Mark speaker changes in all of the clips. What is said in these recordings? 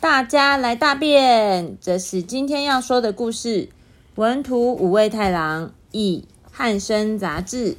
Speaker 1: 大家来大便，这是今天要说的故事《文图五味太郎》译《汉生杂志》。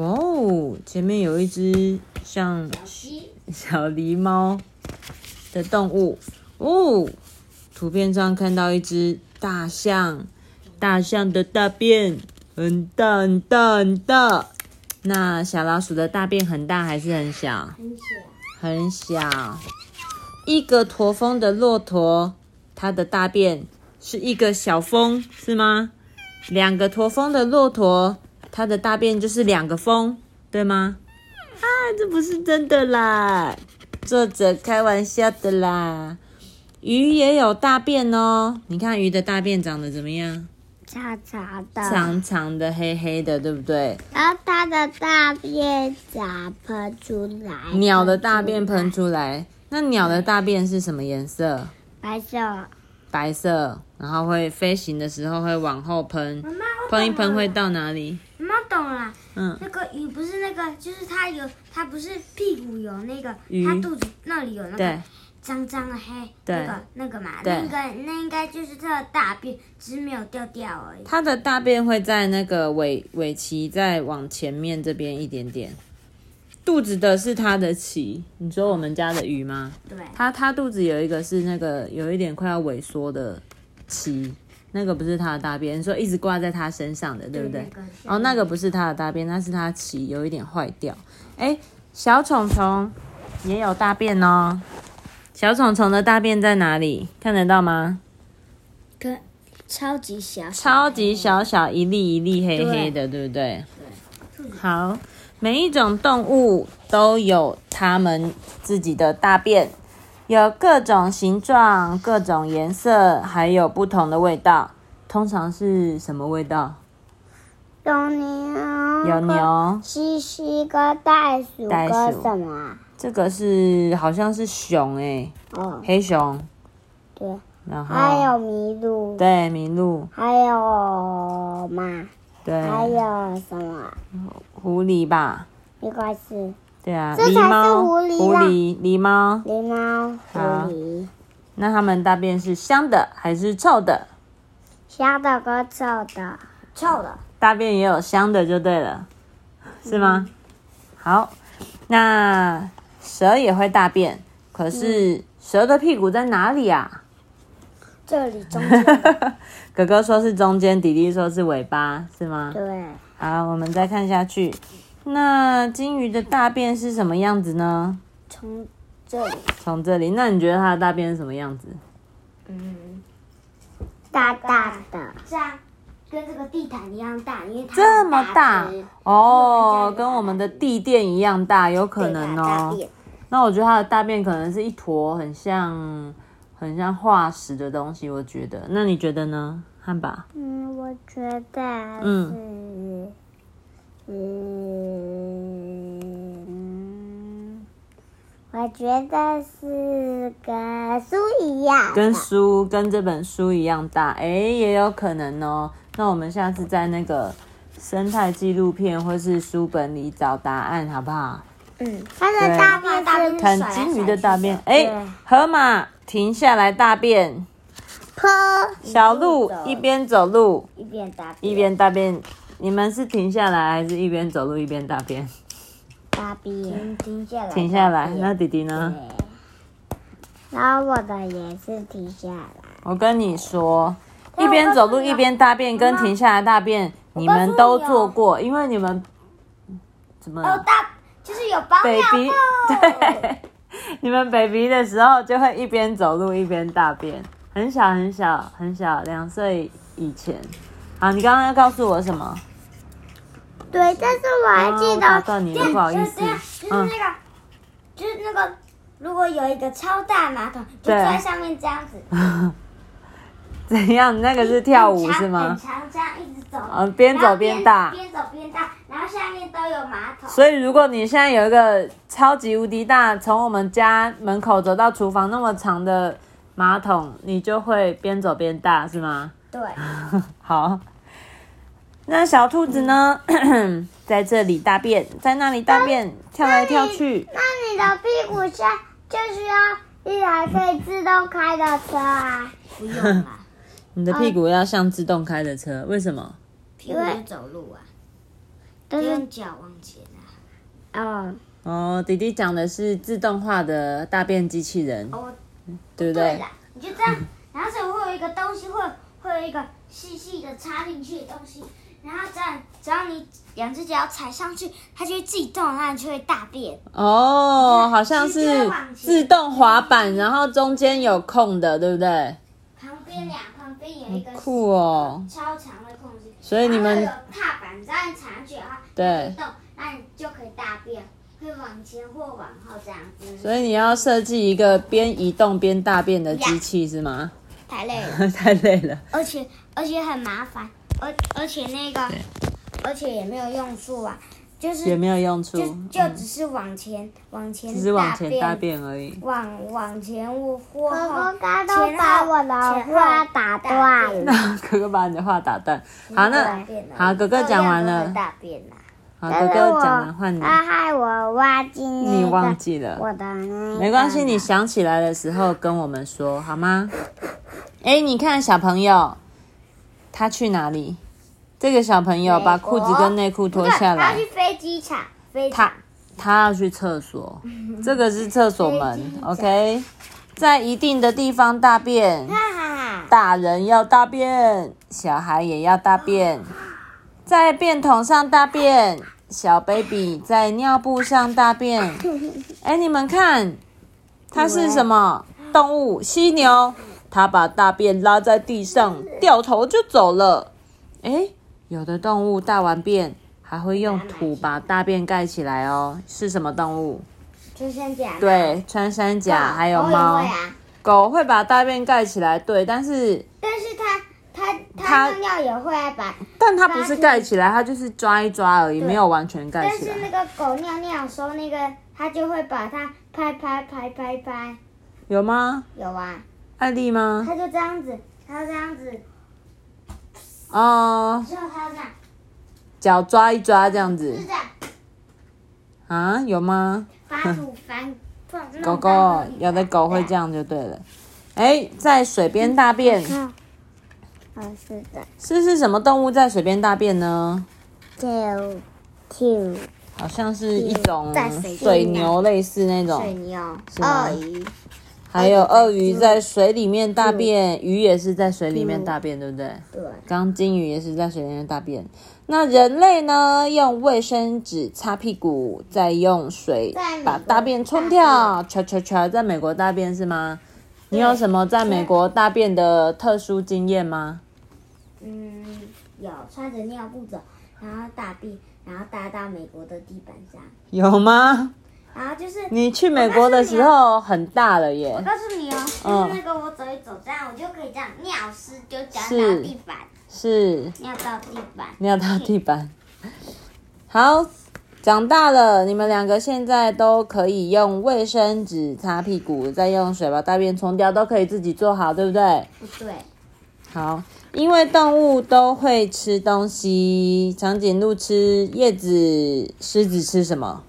Speaker 1: 哇哦，前面有一只像
Speaker 2: 小溪，
Speaker 1: 小狸猫的动物哦。图片上看到一只大象，大象的大便很大很大很大。那小老鼠的大便很大还是很小？
Speaker 2: 很小，
Speaker 1: 很小。一个驼峰的骆驼，它的大便是一个小峰，是吗？两个驼峰的骆驼，它的大便就是两个峰，对吗？啊，这不是真的啦，作者开玩笑的啦。鱼也有大便哦，你看鱼的大便长得怎么样？
Speaker 2: 长长的，
Speaker 1: 长长的、黑黑的，对不对？
Speaker 2: 然后它的大便咋喷出来？
Speaker 1: 鸟的大便喷出来，那鸟的大便是什么颜色？
Speaker 2: 白色。
Speaker 1: 白色，然后会飞行的时候会往后喷，
Speaker 2: 妈，
Speaker 1: 喷一喷会到哪里？
Speaker 2: 妈妈懂了。
Speaker 1: 嗯，
Speaker 2: 那个鱼不是那个，就是它有，它不是屁股有那个，
Speaker 1: 鱼
Speaker 2: 它肚子那里有那个
Speaker 1: 对，
Speaker 2: 脏脏的黑，
Speaker 1: 对
Speaker 2: 那个那个嘛，
Speaker 1: 对
Speaker 2: 那个那应该就是它的大便，只是没有掉掉而已。
Speaker 1: 它的大便会在那个尾尾鳍再往前面这边一点点，肚子的是它的鳍。你说我们家的鱼吗？
Speaker 2: 对，
Speaker 1: 它它肚子有一个是那个有一点快要萎缩的鳍，那个不是它的大便，你说一直挂在它身上的，对不对？
Speaker 2: 那个是
Speaker 1: 哦，那个不是它的大便，那是它鳍有一点坏掉。哎，小虫虫也有大便哦。小虫虫的大便在哪里？看得到吗？
Speaker 2: 跟超级小，
Speaker 1: 超级小小一粒一粒黑黑的，对不对？好，每一种动物都有它们自己的大便，有各种形状、各种颜色，还有不同的味道。通常是什么味道？
Speaker 2: 有牛
Speaker 1: 有牛，
Speaker 2: 西西跟袋鼠
Speaker 1: 袋鼠
Speaker 2: 跟什么啊？
Speaker 1: 这个是好像是熊哎、
Speaker 2: 哦，
Speaker 1: 黑熊，
Speaker 2: 对，
Speaker 1: 然后
Speaker 2: 还有麋鹿，
Speaker 1: 哦对麋鹿，
Speaker 2: 还有马，
Speaker 1: 对
Speaker 2: 还有什么啊？
Speaker 1: 狐狸吧，
Speaker 2: 应该是
Speaker 1: 对啊，
Speaker 2: 这才是
Speaker 1: 狸猫、
Speaker 2: 狐狸啦
Speaker 1: 狸、狸猫，
Speaker 2: 狸猫、狐
Speaker 1: 好
Speaker 2: 狸、
Speaker 1: 那它们大便是香的还是臭的？
Speaker 2: 香的跟臭的，臭的。
Speaker 1: 大便也有香的就对了，是吗？
Speaker 2: 嗯
Speaker 1: 好，那蛇也会大便，可是蛇的屁股在哪里啊？
Speaker 2: 这里中间
Speaker 1: 哥哥说是中间，弟弟说是尾巴，是吗？
Speaker 2: 对，
Speaker 1: 好，我们再看下去。那金鱼的大便是什么样子呢？
Speaker 2: 从这里，
Speaker 1: 从这里，那你觉得它的大便是什么样子？
Speaker 2: 嗯，大大的，这样跟这个地毯一样大，因为它
Speaker 1: 这么大
Speaker 2: 很只
Speaker 1: 哦，跟我们的地垫一样大，有可能哦。
Speaker 2: 对
Speaker 1: 那我觉得它的大便可能是一坨很像很像化石的东西，我觉得。那你觉得呢，汉堡？
Speaker 2: 嗯，我觉得
Speaker 1: 嗯
Speaker 2: 是，嗯，我觉得是跟书一样啊的，
Speaker 1: 跟书跟这本书一样大，哎，也有可能哦。那我们下次在那个生态纪录片或是书本里找答案，好不好？
Speaker 2: 嗯，它的大便大便
Speaker 1: 看金鱼的大便，哎，河马停下来大便，
Speaker 2: 泼
Speaker 1: 小鹿一边走路
Speaker 2: 一边大便
Speaker 1: 一边大便。你们是停下来，还是一边走路一边大便？
Speaker 2: 大便停下来，
Speaker 1: 停下来。那弟弟呢？
Speaker 2: 然后我的也是停下来，
Speaker 1: 我跟你说，一边走路一边大便跟停下来大便，你
Speaker 2: 告诉你哦
Speaker 1: 们都做过，因为你们怎么了
Speaker 2: 哦大就是有保
Speaker 1: baby 对，你们 baby 的时候就会一边走路一边大便，很小很小很小，两岁以前。好，你刚刚要告诉我什么？
Speaker 2: 对，但是我还记
Speaker 1: 哦打
Speaker 2: 得，
Speaker 1: 断你了，不好意思
Speaker 2: 对啊，就是。那
Speaker 1: 嗯，
Speaker 2: 个，就是那个，如果有一个超大马桶，就
Speaker 1: 对
Speaker 2: 坐在上面这样子，
Speaker 1: 怎样？那个是跳舞
Speaker 2: 很长
Speaker 1: 是吗
Speaker 2: 很？长，这样一直走，
Speaker 1: 嗯边走
Speaker 2: 嗯然后
Speaker 1: 边
Speaker 2: 边
Speaker 1: 大
Speaker 2: 边走边大，然后下面都有马桶。
Speaker 1: 所以，如果你现在有一个超级无敌大，从我们家门口走到厨房那么长的马桶，你就会边走边大，是吗？
Speaker 2: 对，
Speaker 1: 好，那小兔子呢？
Speaker 2: 嗯
Speaker 1: 在这里大
Speaker 2: 哎
Speaker 1: 便，在那里大便，跳来跳去。
Speaker 2: 那你的屁股下就是要一台可以自动开的车啊，
Speaker 3: 不用啦，
Speaker 1: 你的屁股要像自动开的车，为什么？
Speaker 3: 屁股就走路啊，不
Speaker 1: 嗯
Speaker 2: 但是
Speaker 3: 用脚往前啊。
Speaker 2: 哦，
Speaker 1: 哦，弟弟讲的是自动化的大便机器人，
Speaker 3: 哦，
Speaker 1: 对不
Speaker 2: 对
Speaker 1: 对？
Speaker 2: 了，你就这样，然后手会有一个东西，会会有一个细细的插进去的东西，然后这样，只要你两只脚踩上去，它就会自己动，然后你就会大便。
Speaker 1: 哦，好像是自动滑板，然后中间有空的，对不对？
Speaker 2: 旁边两旁边有一个
Speaker 1: 酷哦！
Speaker 2: 超长的空隙，
Speaker 1: 所以你们
Speaker 2: 然后有踏板，只要你踩上去的话，
Speaker 1: 对，
Speaker 2: 动，那你就可以大便，会往前或往后这样子。
Speaker 1: 所以你要设计一个边移动边大便的机器是吗？
Speaker 2: 太累了，
Speaker 1: 太累了。
Speaker 2: 而且而且很麻烦，而而且那个，而且也没有用处啊，就是
Speaker 1: 也没有用处
Speaker 2: 就，就只是往前往前大便，
Speaker 1: 只是往前大便而已。
Speaker 2: 往往前我或
Speaker 4: 哥
Speaker 2: 后
Speaker 4: 哥刚都把我的话打断，了。
Speaker 1: 那哥哥把你的话打断。好，那好，哥哥讲完了。
Speaker 2: 大便啦。
Speaker 1: 好，
Speaker 4: 但
Speaker 1: 哥
Speaker 4: 是我
Speaker 1: 哥讲完换你，
Speaker 2: 啊
Speaker 4: 他害我忘记那个
Speaker 1: 你忘记了。
Speaker 4: 我的那个
Speaker 1: 没关系，你想起来的时候跟我们说好吗？哎，你看小朋友，他去哪里？这个小朋友把裤子跟内裤脱下
Speaker 2: 他
Speaker 1: 来
Speaker 2: 去，飞机场，飞机
Speaker 1: 他
Speaker 2: 场
Speaker 1: 他要去厕所，这个是厕所门，OK，在一定的地方大便，大人要大便，小孩也要大便，在便桶上大便，小 baby 在尿布上大便。哎，你们看，它是什么动物？犀牛，它把大便拉在地上，掉头就走了。哎，有的动物大完便还会用土把大便盖起来哦，是什么动物？
Speaker 2: 穿山甲。
Speaker 1: 对，穿山甲还有
Speaker 2: 狗也
Speaker 1: 猫
Speaker 2: 会，啊
Speaker 1: 狗会把大便盖起来，对，但是
Speaker 2: 但是他他
Speaker 1: 他
Speaker 2: 他尿尿也会啊把，
Speaker 1: 但它不是盖起来，它就是抓一抓而已，没有完全盖
Speaker 2: 但
Speaker 1: 起
Speaker 2: 是
Speaker 1: 来。
Speaker 2: 那个狗尿尿的时候，那个他就会把它拍拍拍拍拍，
Speaker 1: 有吗？
Speaker 2: 有啊，
Speaker 1: 艾丽吗？
Speaker 2: 他就这样子，他这样子，
Speaker 1: 哦，
Speaker 2: 之后他这样，
Speaker 1: 脚抓一抓这样
Speaker 2: 就
Speaker 1: 子
Speaker 2: 这样
Speaker 1: 啊？有吗？
Speaker 2: 把土翻。
Speaker 1: 狗狗有的狗会这
Speaker 2: 样，
Speaker 1: 样就对了。哎，在水边大便，
Speaker 4: 哦是的，
Speaker 1: 是是什么动物在水边大便呢？
Speaker 4: 就就
Speaker 1: 好像是一种
Speaker 3: 在水边
Speaker 1: 水牛类似那
Speaker 3: 水
Speaker 1: 种，
Speaker 3: 牛、
Speaker 1: 是吗
Speaker 3: 鳄鱼，
Speaker 1: 还有鳄鱼在水里面大便，鱼也是在水里面大便，对不对？
Speaker 3: 对，
Speaker 1: 刚金鱼也是在水里面大便。那人类呢？用卫生纸擦屁股，再用水
Speaker 2: 在美国
Speaker 1: 把大便冲掉。敲敲敲，在美国大便是吗？你有什么在美国大便的特殊经验吗？
Speaker 2: 嗯，有穿着尿布走，然后大便，然后搭到美国的地板上，
Speaker 1: 有吗？
Speaker 2: 然后就是
Speaker 1: 你去美国的时候很大了
Speaker 2: 我
Speaker 1: 耶，
Speaker 2: 告诉你哦，
Speaker 1: 嗯
Speaker 2: 就是那个我走一走，这样我就可以这样尿湿，就脚到
Speaker 1: 是嗯
Speaker 2: 地板，
Speaker 1: 是
Speaker 2: 尿到地板。
Speaker 1: 尿到地板。好，长大了，你们两个现在都可以用卫生纸擦屁股，再用水把大便冲掉，都可以自己做好，对不对？
Speaker 2: 不对，
Speaker 1: 好，因为动物都会吃东西，长颈鹿吃叶子，狮子吃什么？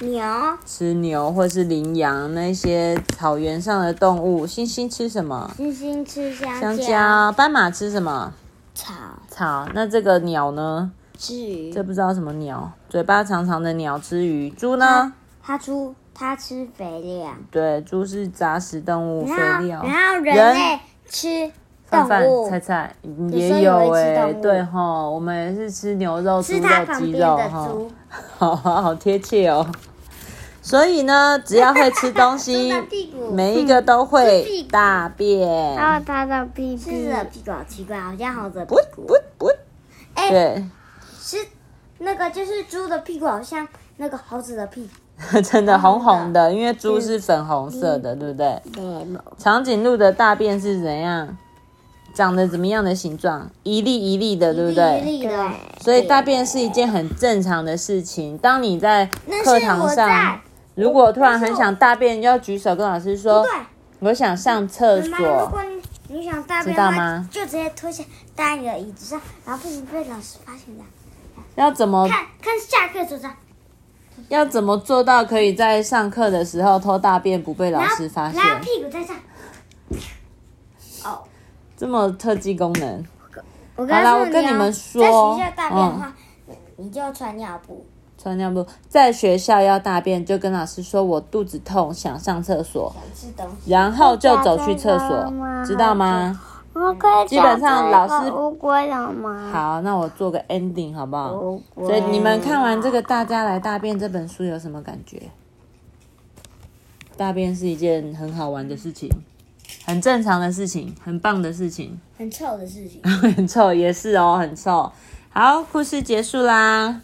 Speaker 2: 牛
Speaker 1: 吃牛或是羚羊那些草原上的动物。猩猩吃什么？
Speaker 2: 星星吃香
Speaker 1: 香蕉。斑马吃什么？
Speaker 3: 草、
Speaker 1: 草。那这个鸟呢？
Speaker 3: 吃鱼
Speaker 1: 这，不知道什么鸟，嘴巴长长的鸟吃鱼。猪呢？
Speaker 2: 它出它吃肥料，
Speaker 1: 对，猪是杂食动物，肥
Speaker 2: 然后
Speaker 1: 料。
Speaker 2: 然后
Speaker 1: 人
Speaker 2: 人类吃
Speaker 1: 饭
Speaker 2: 嗯动
Speaker 1: 饭
Speaker 2: 物
Speaker 1: 菜，菜嗯
Speaker 2: 时候
Speaker 1: 也
Speaker 2: 也会
Speaker 1: 有
Speaker 2: 吃
Speaker 1: 哎、
Speaker 2: 动物
Speaker 1: 对哈，我们也是吃牛肉、猪
Speaker 2: 吃
Speaker 1: 肉
Speaker 2: 它、旁
Speaker 1: 鸡
Speaker 2: 边
Speaker 1: 肉
Speaker 2: 的
Speaker 1: 哈。
Speaker 2: 猪，
Speaker 1: 好好好贴切哦。所以呢，只要会吃东西
Speaker 2: 猪的屁股，
Speaker 1: 每一个都会大便。
Speaker 4: 然后他的屁
Speaker 3: 狮
Speaker 4: 屁
Speaker 3: 子的屁股好奇怪，好像猴子的屁
Speaker 1: 不
Speaker 3: 股
Speaker 1: 不。不，对，
Speaker 2: 哎是那个就是猪的屁股好像那个猴子的屁 股，
Speaker 1: 真
Speaker 2: 嗯
Speaker 1: 的红红的，因为猪是粉红色的，对不对？长颈鹿的大便是怎样？长得怎么样的形状？一粒一粒的，对不
Speaker 2: 一
Speaker 1: 对？
Speaker 2: 粒的。
Speaker 1: 所以大便是一件很正常的事情。当你在
Speaker 2: 那
Speaker 1: 课
Speaker 2: 是
Speaker 1: 堂
Speaker 2: 我
Speaker 1: 上
Speaker 2: 在，
Speaker 1: 如果突然很想大便，要举手跟老师说
Speaker 2: 对。：“
Speaker 1: 我想上厕所。
Speaker 2: 妈妈，如果你你想大便
Speaker 1: 知道
Speaker 2: 的
Speaker 1: 吗
Speaker 2: 话，就直接脱下搭你的椅子上，然后不行被老师发现的。
Speaker 1: 要怎么
Speaker 2: 看看下课就这样，
Speaker 1: 要怎么做到可以在上课的时候偷大便不被老
Speaker 2: 然后
Speaker 1: 师发现
Speaker 2: 然？后屁股在上。哦，
Speaker 1: 这么特技功能，
Speaker 2: 我
Speaker 1: 好啦我跟你们说嗯
Speaker 2: 在学校大便的话，你就要穿尿布。
Speaker 1: 穿尿布在学校要大便就跟老师说我肚子痛想上厕所，
Speaker 2: 吃东西。
Speaker 1: 然后就走去厕所，知道吗？
Speaker 4: 我可以
Speaker 1: 基本上老师
Speaker 4: 找乌龟了吗？
Speaker 1: 好，那我做个 ending 好不好？
Speaker 4: 乌龟，
Speaker 1: 所以你们看完这个《大家来大便》这本书有什么感觉？大便是一件很好玩的事情，很正常的事情，很棒的事情，
Speaker 2: 很臭的事情。
Speaker 1: 很臭也是哦，很臭。好，故事结束啦。